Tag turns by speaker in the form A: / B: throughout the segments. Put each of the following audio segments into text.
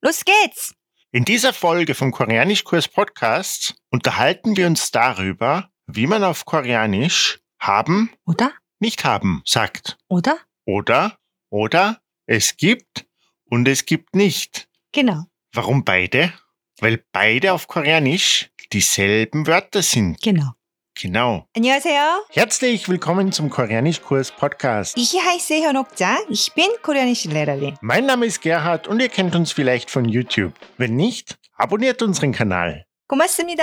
A: Los geht's!
B: In dieser Folge vom Koreanischkurs Podcast unterhalten wir uns darüber, wie man auf Koreanisch haben,
A: Oder?
B: nicht haben sagt.
A: Oder?
B: Oder, oder, es gibt und es gibt nicht.
A: Genau,
B: Warum beide? Weil beide auf Koreanisch dieselben Wörter sind.
A: genau.
B: Genau.
A: 안녕하세요.
B: Herzlich willkommen zum Koreanischkurs Podcast.
A: Ich heiße Hyunokja. Ich bin Koreanischlehrerin.
B: Mein Name ist Gerhard und ihr kennt uns vielleicht von YouTube. Wenn nicht, abonniert unseren Kanal.
A: 고맙습니다.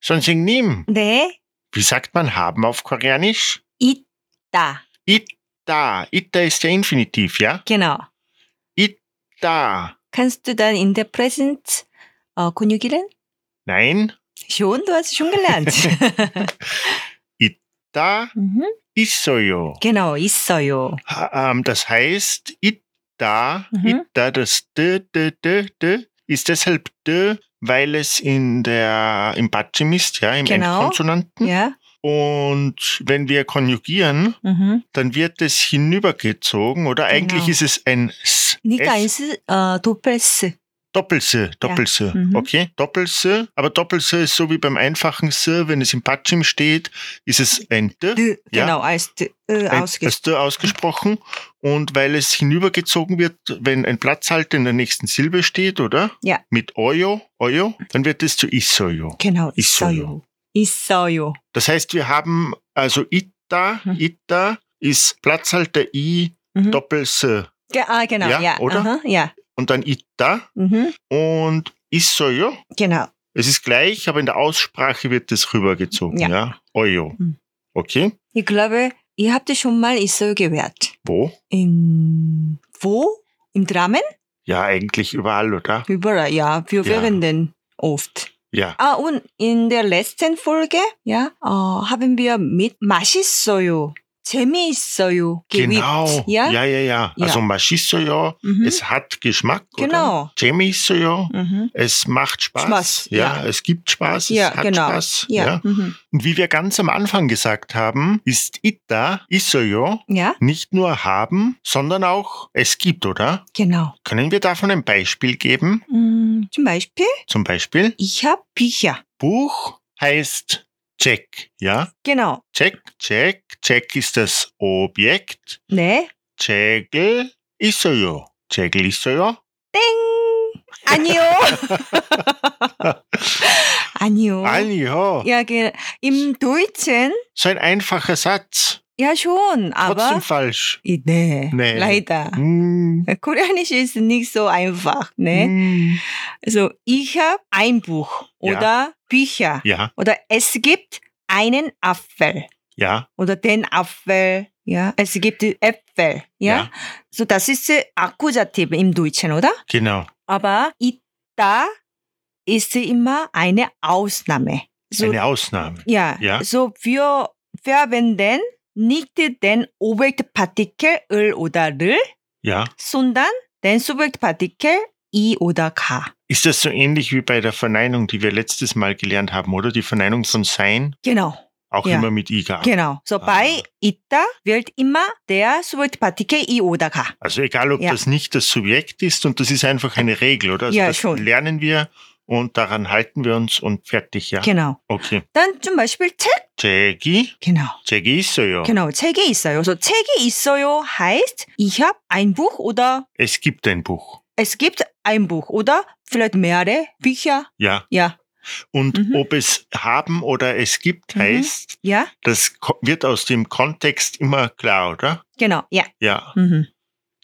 B: Sonjingnim,
A: 네,
B: wie sagt man haben auf Koreanisch?
A: 있다.
B: Ita. Ita ist der Infinitiv, ja?
A: Genau.
B: Da.
A: Kannst du dann in der Present äh, konjugieren?
B: Nein,
A: Schon, du hast schon gelernt.
B: da
A: Mhm.
B: isoyo.
A: genau, 있어요.
B: Ha- Ähm, das heißt, ita,
A: Mhm.
B: ita, das d, d, d, d, ist deshalb d, weil es in der, im Batschim ist, ja, im
A: Genau.
B: Endkonsonanten.
A: Ja.
B: Und wenn wir konjugieren,
A: Mhm.
B: dann wird es hinübergezogen, oder? Eigentlich
A: Genau.
B: ist es ein S.
A: 니가
B: S
A: 인스 어, 도플스.
B: Doppelse, Doppelse,
A: Mhm.
B: okay? Doppelse, aber Doppelse ist so wie beim einfachen S, wenn es im Patschim steht, ist es ein D,
A: 드.
B: Ja.
A: Genau, als 드, äh,
B: ein
A: ausgesprochen.
B: als D ausgesprochen. Und weil es hinübergezogen wird, wenn ein Platzhalter in der nächsten Silbe steht, oder?
A: Ja.
B: Mit Oyo, Oyo, dann wird es zu Isoyo.
A: genau,
B: 있어요.
A: 있어요. 있어요.
B: Das heißt, wir haben also Ita,
A: Mhm.
B: Ita ist Platzhalter I,
A: Mhm.
B: Doppelse
A: Ge- Ah, genau,
B: Ja,
A: ja.
B: oder?
A: Aha, ja.
B: und dann Ita.
A: Mhm.
B: und Isoyo.
A: Genau.
B: Es ist gleich, aber in der Aussprache wird das rübergezogen, ja?
A: Ja.
B: Oyo.
A: Mhm.
B: Okay,
A: Ich glaube, ihr habt schon mal 있어요 gewährt.
B: wo?
A: In, wo? Im Dramen?
B: Ja, eigentlich überall, oder?
A: Überall, ja. Wir
B: Ja.
A: hören den oft.
B: Ja,
A: Ah, und in der letzten Folge, ja, äh, haben wir mit 맛있어요, 재미있어요 gewählt.
B: genau.
A: Ja,
B: ja, ja.
A: Ja.
B: Also Mashisoyo,
A: Mhm.
B: es hat Geschmack, oder?
A: genau.
B: Jemisoyo,
A: Mhm.
B: es macht Spaß.
A: Spaß,
B: ja,
A: ja.
B: es gibt Spaß, es
A: Ja,
B: hat
A: genau.
B: Spaß.
A: Ja. Mhm.
B: Und wie wir ganz am Anfang gesagt haben, ist Ita, Isoyo,
A: ja,
B: nicht nur haben, sondern auch es gibt, oder?
A: genau.
B: Können wir davon ein Beispiel geben?
A: 음, zum Beispiel,
B: Zum Beispiel?
A: ich habe Bücher.
B: Buch heißt Check, ja?
A: Genau.
B: Check, check, check ist das Objekt.
A: 네.
B: 책을 있어요. 책을 있어요?
A: 땡! 아니요. 아니요.
B: Ajo.
A: Oh. Ja, ge- im Deutschen,
B: So ein einfacher Satz.
A: ja schon,
B: Trotzdem
A: aber. Ah.
B: falsch.
A: I- Nee,
B: Nee.
A: leider. Äh,
B: Hm,
A: Koreanisch ist nicht so einfach, ne?
B: hm.
A: Also, ich habe ein Buch
B: Ja.
A: oder Bücher
B: Ja,
A: oder es gibt einen Apfel
B: ja,
A: oder den Apfel, ja? Es gibt Äpfel, ja?
B: Ja.
A: So, das ist äh, Akkusativ im Deutschen, oder?
B: genau.
A: Aber da ist immer eine Ausnahme. So,
B: Eine Ausnahme.
A: Ja,
B: Ja.
A: so wir verwenden nicht den Objektpartikel 을 oder 를,
B: Ja.
A: sondern den Subjektpartikel i oder k.
B: Ist das so ähnlich wie bei der Verneinung, die wir letztes Mal gelernt haben, oder? Die Verneinung von sein,
A: Genau,
B: auch
A: Ja.
B: immer mit IGA.
A: genau. So bei
B: Ah.
A: 있다 wird immer der Subjektpartikel i oder k.
B: Also egal, ob
A: Ja.
B: das nicht das Subjekt ist und das ist einfach eine Regel, oder? Also
A: Ja,
B: das
A: schon.
B: lernen wir und daran halten wir uns und fertig, ja?
A: Genau.
B: Okay.
A: dann zum Beispiel 책.
B: 책이,
A: Genau.
B: 책이 있어요.
A: Genau, 책이 있어요. So 책이 있어요 heißt, ich habe ein Buch oder
B: Es gibt ein Buch.
A: es gibt ein Buch oder vielleicht mehrere Bücher.
B: Ja.
A: Ja,
B: Und
A: Mhm.
B: ob es haben oder es gibt
A: Mhm.
B: heißt,
A: ja,
B: das ko- wird aus dem Kontext immer klar, oder?
A: genau, ja.
B: Ja.
A: Mhm.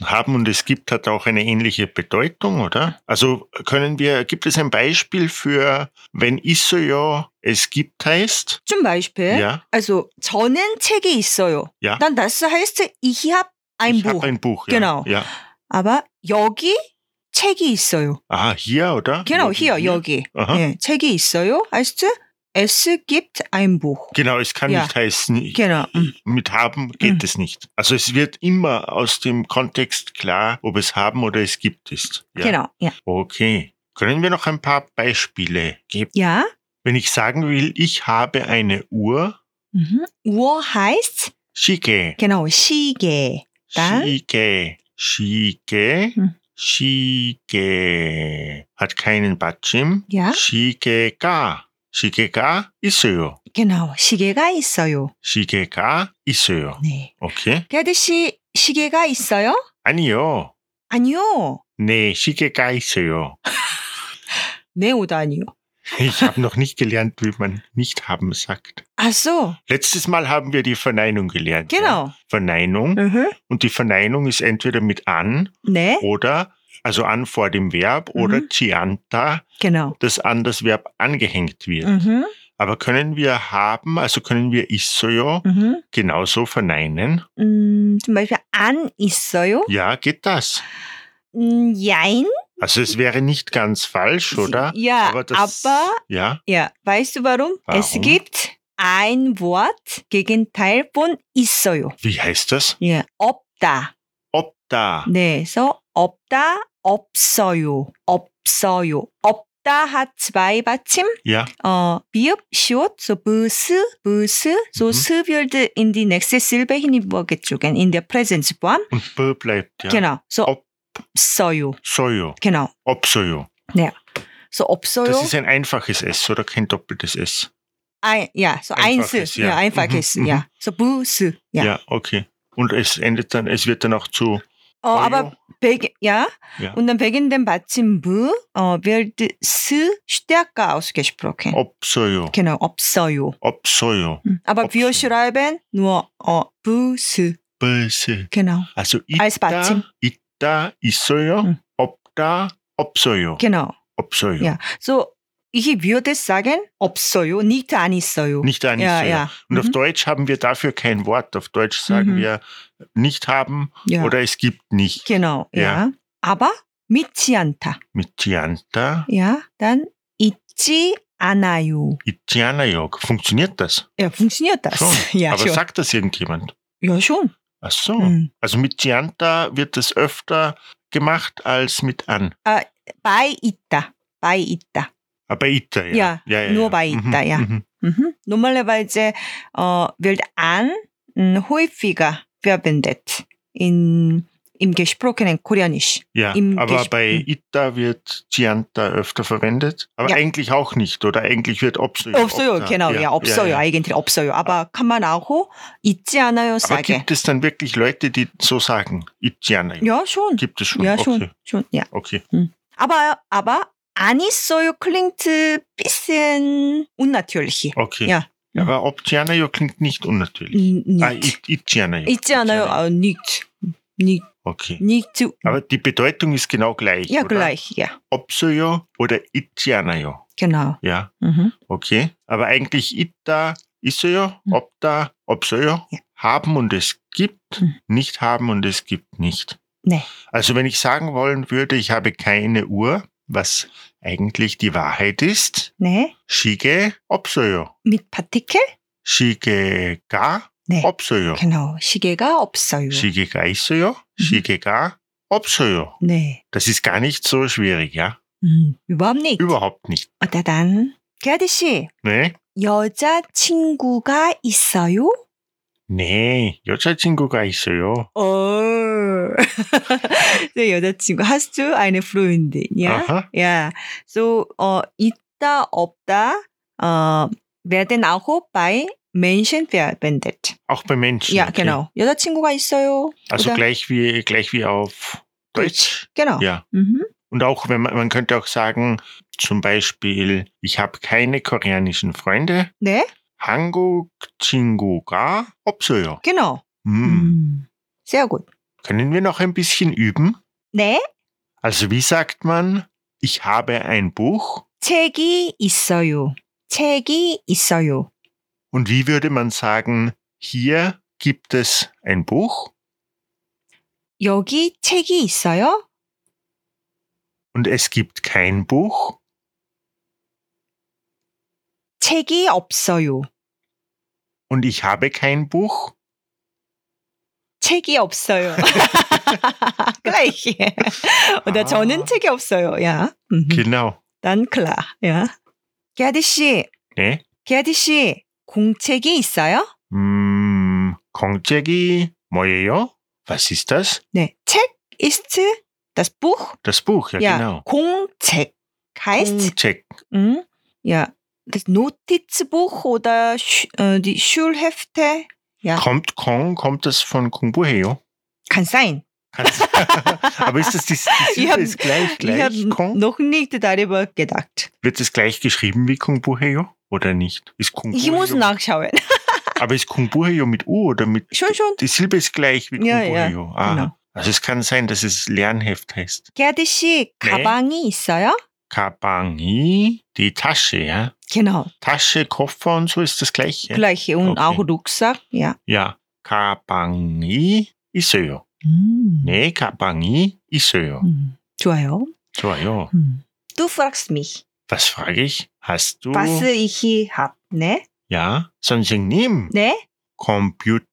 B: Haben und es gibt hat auch eine ähnliche Bedeutung, oder? Also können wir, gibt es ein Beispiel für, wenn 있어요 es gibt heißt?
A: zum Beispiel.
B: Ja.
A: Also 저는 책이 있어요.
B: Ja.
A: Dann das heißt, ich habe ein
B: ich hab
A: Buch.
B: ein Buch. Ja.
A: Genau.
B: Ja.
A: Aber 여기 책이 있어요.
B: Ah, hier, oder?
A: Genau,
B: Yoghi,
A: hier, 여기.
B: Aha.
A: 예, 책이 있어요 heißt, es gibt ein Buch.
B: Genau, es kann
A: Ja.
B: nicht heißen,
A: Genau. 음.
B: mit haben geht
A: Mhm.
B: es nicht. Also es wird immer aus dem Kontext klar, ob es haben oder es gibt ist. Ja?
A: Genau. Ja.
B: Okay. Können wir noch ein paar Beispiele geben?
A: ja.
B: Wenn ich sagen will, ich habe eine Uhr,
A: 음, Mhm. Uhr heißt,
B: Shige.
A: genau, 시계. Dann?
B: Shige. Shige.
A: Hm.
B: Shige hat keinen Batschim.
A: Ja,
B: Shigega. Shigega 있어요.
A: genau. 시계가 있어요.
B: 시계가 있어요.
A: 네.
B: 오케이?
A: 대하드 씨, 시계가 있어요?
B: 아니요.
A: 아니요.
B: 네, 시계가 있어요.
A: 네, 오다 아니요.
B: Ich habe noch nicht gelernt, wie man nicht haben sagt.
A: 아, so.
B: Letztes Mal haben wir die Verneinung gelernt. Ja?
A: genau.
B: Verneinung.
A: Mhm.
B: Und die Verneinung ist entweder mit an
A: 네,
B: oder, also an vor dem Verb,
A: Mhm.
B: oder cianta,
A: genau.
B: das an das Verb angehängt wird.
A: Mhm.
B: Aber können wir haben, also können wir issoyo
A: Mhm.
B: genauso verneinen?
A: 음, zum Beispiel 안 있어요?
B: Ja, geht das.
A: 음, jein.
B: Also es wäre nicht ganz falsch, oder?
A: Ja, aber-
B: ja,
A: Ja, weißt du warum?
B: Warum?
A: Es gibt ein Wort Gegenteil von 있어요.
B: wie heißt das?
A: 예, 없다.
B: Ob da.
A: 네, 그래서 없다, 없어요, 없어요. 없다 hat zwei 받침.
B: Ja,
A: 어, 비읍, 시옷, so 부스, 부스, so
B: Mhm.
A: 스 wird in die nächste Silbe hinübergezogen, in der Präsenz form.
B: und b bleibt ja.
A: Genau, so
B: Ob-
A: 없어요.
B: Soyo,
A: Genau,
B: obsoyo.
A: so 없어요.
B: Das ist ein einfaches S oder kein doppeltes S.
A: ein, ja, so
B: Einfaches,
A: eins,
B: ja.
A: ja, einfaches,
B: Mhm, mhm.
A: ja, so 부스, ja.
B: okay. Und es endet dann, es wird dann auch zu
A: 어, Oh, aber Beg, ja.
B: Ja.
A: Und dann wegen dem Batsimbu äh, wird s stärker ausgesprochen.
B: 어. obsoyo,
A: Genau, obsoyo.
B: obsoyo,
A: Aber wir
B: Obsoyo.
A: schreiben nur äh, bus.
B: böse.
A: Genau,
B: Also
A: Als Batsim.
B: ita, ita, isoyo,
A: Mhm.
B: obda, obsoyo,
A: genau.
B: obsoyo.
A: Ja. So, ich würde sagen, obsoyo, nicht an isoyo.
B: Nicht ein
A: ja,
B: ja,
A: ja.
B: Und auf
A: Mhm.
B: Deutsch haben wir dafür kein Wort. Auf Deutsch sagen
A: Mhm.
B: wir äh, nicht haben
A: ja.
B: oder es gibt nicht.
A: Genau, ja. Aber 믿지 않다.
B: Mit Tianta,
A: Ja, dann 있지 않아요.
B: Itianayog. Funktioniert das?
A: Ja, funktioniert das.
B: Schon.
A: Ja,
B: Aber
A: schon.
B: sagt das irgendjemand?
A: ja, schon.
B: Ach so.
A: Mhm.
B: Also mit Tianta wird das öfter gemacht als mit an.
A: Bei 있다. bei 있다.
B: Aber Ah, Ita, ja.
A: Ja, nur bei Ita, ja.
B: Mhm.
A: Mhm. Normalerweise äh, wird an mh, häufiger verwendet in, im gesprochenen Koreanisch.
B: ja.
A: Im
B: aber
A: Gesp-
B: bei Ita wird Tianta öfter verwendet. Aber
A: Ja.
B: eigentlich auch nicht, oder? Eigentlich wird Obsoyo.
A: 음, 없어요,
B: Obda.
A: genau, ja, 없어요, eigentlich 없어요. Aber kann man auch 있지 아. 않아요
B: Aber
A: sagen.
B: gibt es dann wirklich Leute, die so sagen, Itianayog?
A: Ja, schon.
B: Gibt es schon.
A: Ja,
B: okay.
A: schon, schon, ja.
B: Okay.
A: Aber, aber 안 있어요 klingt ein bisschen unnatürlich.
B: okay.
A: Ja.
B: Aber Optianayo klingt nicht unnatürlich.
A: N-
B: Ah,
A: Nicht.
B: It- Itianayo.
A: 있지 아, 않아요,
B: Itianayo.
A: 아, nicht. Nicht,
B: Okay.
A: nicht.
B: Aber die Bedeutung ist genau gleich.
A: Ja,
B: oder?
A: gleich, ja,
B: Opsoyo oder Itianayo.
A: genau.
B: Ja,
A: Mhm.
B: okay. Aber eigentlich Ita, Isoyo,
A: Hm.
B: Opta, Opsoyo.
A: Ja.
B: Haben und es gibt,
A: Hm.
B: nicht haben und es gibt nicht.
A: Nee.
B: Also wenn ich sagen wollen würde, ich habe keine Uhr, was eigentlich die Wahrheit ist,
A: Ne?
B: Shige, Opsoyo.
A: Mit Partikel?
B: 시계가
A: 네.
B: 없어요.
A: Genau, 시계가 없어요.
B: 시계가 있어요.
A: Mhm.
B: 시계가 없어요.
A: 네.
B: Das ist gar nicht so schwierig, ja?
A: 음, überhaupt nicht.
B: Überhaupt nicht.
A: 어따단. 개아드 씨,
B: Ne?
A: 여자친구가 있어요?
B: Nee, 여자친구가 있어요.
A: 어. 네, 여자친구. Hast du eine Freundin? Ja.
B: Aha.
A: Ja. So, 어, 있다, 없다, 어, werden auch bei Menschen verwendet.
B: Auch bei Menschen.
A: Ja,
B: okay.
A: genau. 여자친구가 있어요.
B: Also
A: Oder-
B: gleich wie, gleich wie auf Deutsch.
A: Genau.
B: Ja.
A: Mhm.
B: Und auch wenn man, man könnte auch sagen, zum Beispiel, ich habe keine koreanischen Freunde.
A: 네,
B: 한국 친구가 없어요.
A: genau.
B: Hm.
A: 음. Sehr gut.
B: Können wir noch ein bisschen üben?
A: 네,
B: Also wie sagt man, ich habe ein Buch?
A: 책이 있어요. 책이 있어요.
B: Und wie würde man sagen, hier gibt es ein Buch
A: 여기 책이 있어요?
B: und es gibt kein Buch?
A: 책이 없어요.
B: Und ich habe kein Buch.
A: 책이 없어요. Gleich. Oder 저는 책이 없어요. 야. 음,
B: Genau.
A: 난 클라. 야. 개아디 씨,
B: Ne?
A: 개아디 씨, 공책이 있어요?
B: Mm, 공책이 뭐예요? Was ist das?
A: 네, 책 ist das Buch.
B: Das Buch, ja, genau.
A: 공책 heißt.
B: Check.
A: Mhm. Ja, das Notizbuch oder Sch äh, die Schulhefte. Ja,
B: Kommt Kong, kommt das von Kung Buheo?
A: kann sein.
B: Aber ist das die, die
A: Ich hab-
B: Silbe ist gleich, gleich
A: ich habe
B: Kong?
A: noch nicht darüber gedacht.
B: Wird das gleich geschrieben wie Kung Buheo oder nicht? Ist Kung
A: Ich muss
B: Buheo-
A: nachschauen.
B: Aber ist Kung Buheo mit U oder mit
A: schon, schon.
B: Die Silbe ist gleich wie Kung
A: Ja, ja,
B: Buheo. Ah,
A: genau.
B: Also es kann sein, dass es Lernheft heißt.
A: 게디 씨
B: 네.
A: 가방이 있어요?
B: Kabangi, die Tasche, ja.
A: Genau,
B: Tasche, Koffer und so ist das gleiche.
A: gleiche und
B: Okay.
A: auch Rucksack, ja.
B: Ja, 가방이 있어요.
A: 음.
B: 네, 가방이 있어요.
A: 음. 좋아요.
B: 좋아요.
A: 음. Du fragst mich,
B: Was frage ich? Hast du?
A: was ich hab, ne?
B: Ja, 선생님,
A: 네?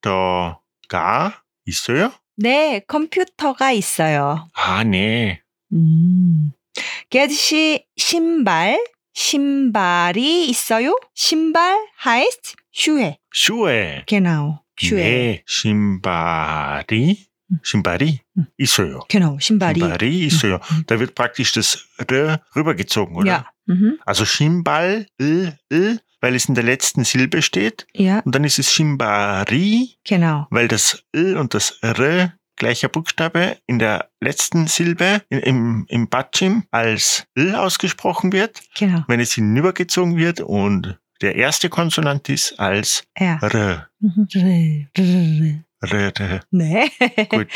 B: 컴퓨터가 있어요?
A: 네, 컴퓨터가 있어요.
B: 아, 네.
A: 음. 게디 씨 신발, 신발이 있어요? 신발 er, heißt Schuhe.
B: 슈에.
A: Genau, Schuhe.
B: 네, 신발이, 신발이
A: 음.
B: 있어요.
A: Genau, 신발이.
B: 신발이 있어요.
A: 음.
B: Da wird praktisch das R rübergezogen, oder?
A: Ja. Mhm.
B: Also Shimbal, l, l, weil es in der letzten Silbe steht.
A: ja,
B: Und dann ist es Shimbari,
A: genau.
B: weil das l und das r gleicher Buchstabe in der letzten Silbe in, im, im Batschim als l ausgesprochen wird,
A: Genau.
B: wenn es hinübergezogen wird und der erste Konsonant ist als
A: Ja.
B: r.
A: Mhm.
B: r, r.
A: 네.
B: Gut.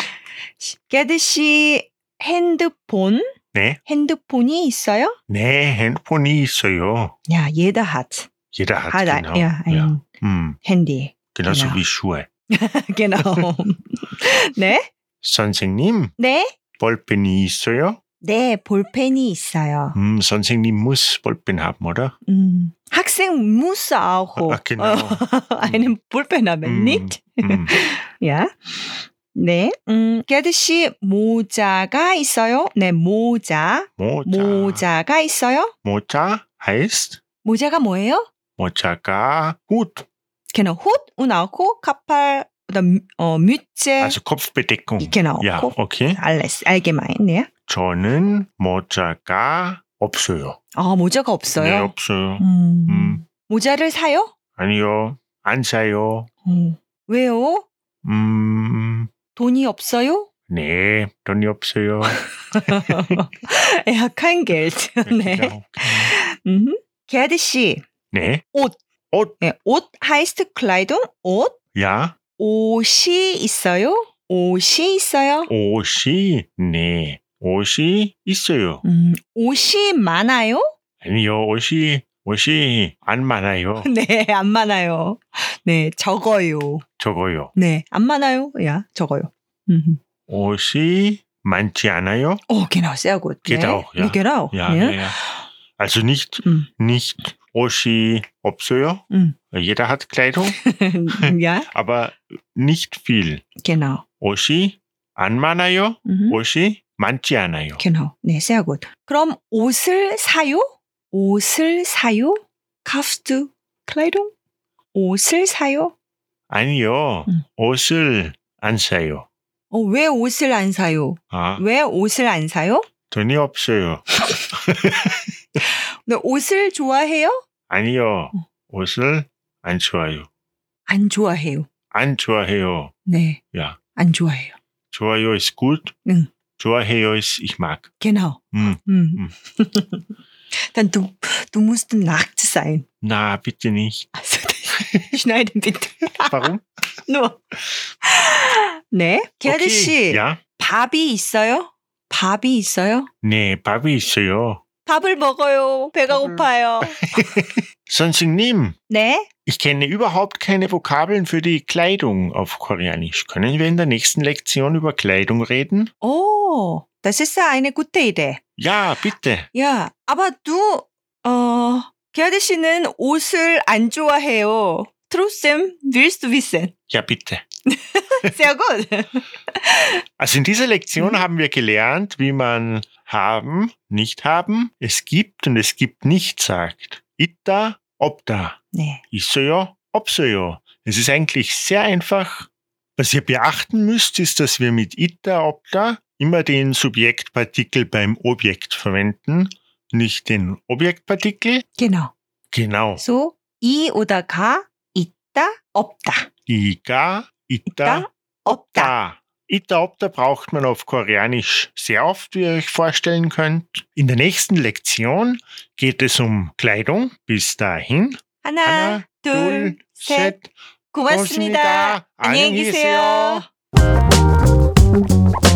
A: 게드 씨 핸드폰
B: 네,
A: 핸드폰이 있어요?
B: 네, Handphone 있어요.
A: 야, jeder hat.
B: Jeder hat,
A: hat ein,
B: genau.
A: ja, ein
B: Ja. Hm,
A: Handy.
B: genauso
A: Genau.
B: wie Schuhe.
A: genau. 네?
B: 선생님,
A: 네?
B: 볼펜이 있어요?
A: 네, 볼펜이 있어요.
B: 음, 선생님 Hm, muss 볼펜 haben, oder?
A: 음. 학생 muss auch
B: 아, genau.
A: 어, einen Bullpen haben,
B: 음.
A: nicht?
B: 음.
A: 야. 네. 음, 게드 씨 모자가 있어요? 네, 모자.
B: 모자.
A: 모자가 있어요?
B: 모자 heißt
A: 모자가 뭐예요?
B: 모자가 Hut,
A: Genau, Hut und auch Kappel oder äh, Mütze.
B: also Kopfbedeckung.
A: genau.
B: Ja,
A: Kopf,
B: okay.
A: alles allgemein, ja.
B: 저는 모자가 없어요.
A: 아, 모자가 없어요.
B: 네, 없어요.
A: 음.
B: 음.
A: 모자를 사요?
B: 아니요, 안 사요.
A: 어. 왜요?
B: 음,
A: 돈이 없어요?
B: 네, 돈이 없어요.
A: 야, kein Geld. 네.
B: 그냥-
A: 음. 게드 씨,
B: 네,
A: 옷.
B: 옷.
A: 네, 옷 heißt Kleidung, 옷.
B: 야,
A: 옷이 있어요? 옷이 있어요?
B: 옷이, 네, 옷이 있어요.
A: 음, 옷이 많아요?
B: 아니요, 옷이, 옷이 안 많아요.
A: 네, 안 많아요. 네, 적어요.
B: 적어요.
A: 네, 안 많아요. 야, 적어요. 음.
B: 옷이 많지 않아요?
A: 오, genau, sehr gut.
B: Genau,
A: 어, 네.
B: ja.
A: 네, genau.
B: Ja, ja. ja. Also nicht,
A: 음.
B: nicht 옷이 없어요.
A: 음.
B: Jeder hat Kleidung,
A: ja,
B: aber nicht viel.
A: genau.
B: 옷이 안 많아요.
A: 음.
B: 옷이 많지 않아요.
A: Genau. 네, sehr gut. 그럼 옷을 사요? 옷을 사요? Kaufst du Kleidung? 옷을 사요?
B: 아니요,
A: 음.
B: 옷을 안 사요.
A: 어, 왜 옷을 안 사요?
B: 아,
A: 왜 옷을 안 사요?
B: 돈이 없어요.
A: 네, 옷을 좋아해요?
B: 아니요,
A: 어.
B: 옷을 안 좋아요.
A: 안 좋아해요.
B: 안 좋아해요.
A: 네,
B: Ja,
A: 안 좋아해요.
B: 좋아요 ist gut.
A: 응.
B: 좋아해요 ist ich mag.
A: Genau.
B: 음.
A: 음. Dann du, du musst nackt sein.
B: Na, bitte nicht.
A: Also, schneiden bitte.
B: Warum?
A: nur. 네. 게드 씨,
B: 야.
A: 밥이 있어요? 밥이 있어요?
B: 네, 밥이 있어요.
A: 밥을 먹어요. 배가
B: 밥을-
A: 고파요.
B: 선생님,
A: 네.
B: ich kenne überhaupt keine Vokabeln für die Kleidung auf Koreanisch. Können wir in der nächsten Lektion über Kleidung reden?
A: Oh, das ist ja eine gute Idee.
B: Ja, bitte.
A: Ja, aber du, äh, 게드 씨는 옷을 안 좋아해요. Trotzdem willst du wissen.
B: Ja, bitte.
A: Sehr gut.
B: Also in dieser Lektion
A: Mhm.
B: haben wir gelernt, wie man haben, nicht haben, es gibt und es gibt nicht sagt. Itta, opta.
A: 네.
B: 있어요, 없어요. Es ist eigentlich sehr einfach. Was ihr beachten müsst, ist, dass wir mit ita, opta immer den Subjektpartikel beim Objekt verwenden, nicht den Objektpartikel.
A: Genau.
B: Genau.
A: So, 이 oder 가, 있다, 없다.
B: Iga, ita,
A: 있다, 없다.
B: Ah, da. Ita opta braucht man auf Koreanisch sehr oft, wie ihr euch vorstellen könnt. In der nächsten Lektion geht es um Kleidung. Bis dahin.
A: 하나,
B: 하나,
A: 둘, 셋. 고맙습니다.
B: 고맙습니다. 안녕히
A: 안녕히 계세요.
B: 계세요.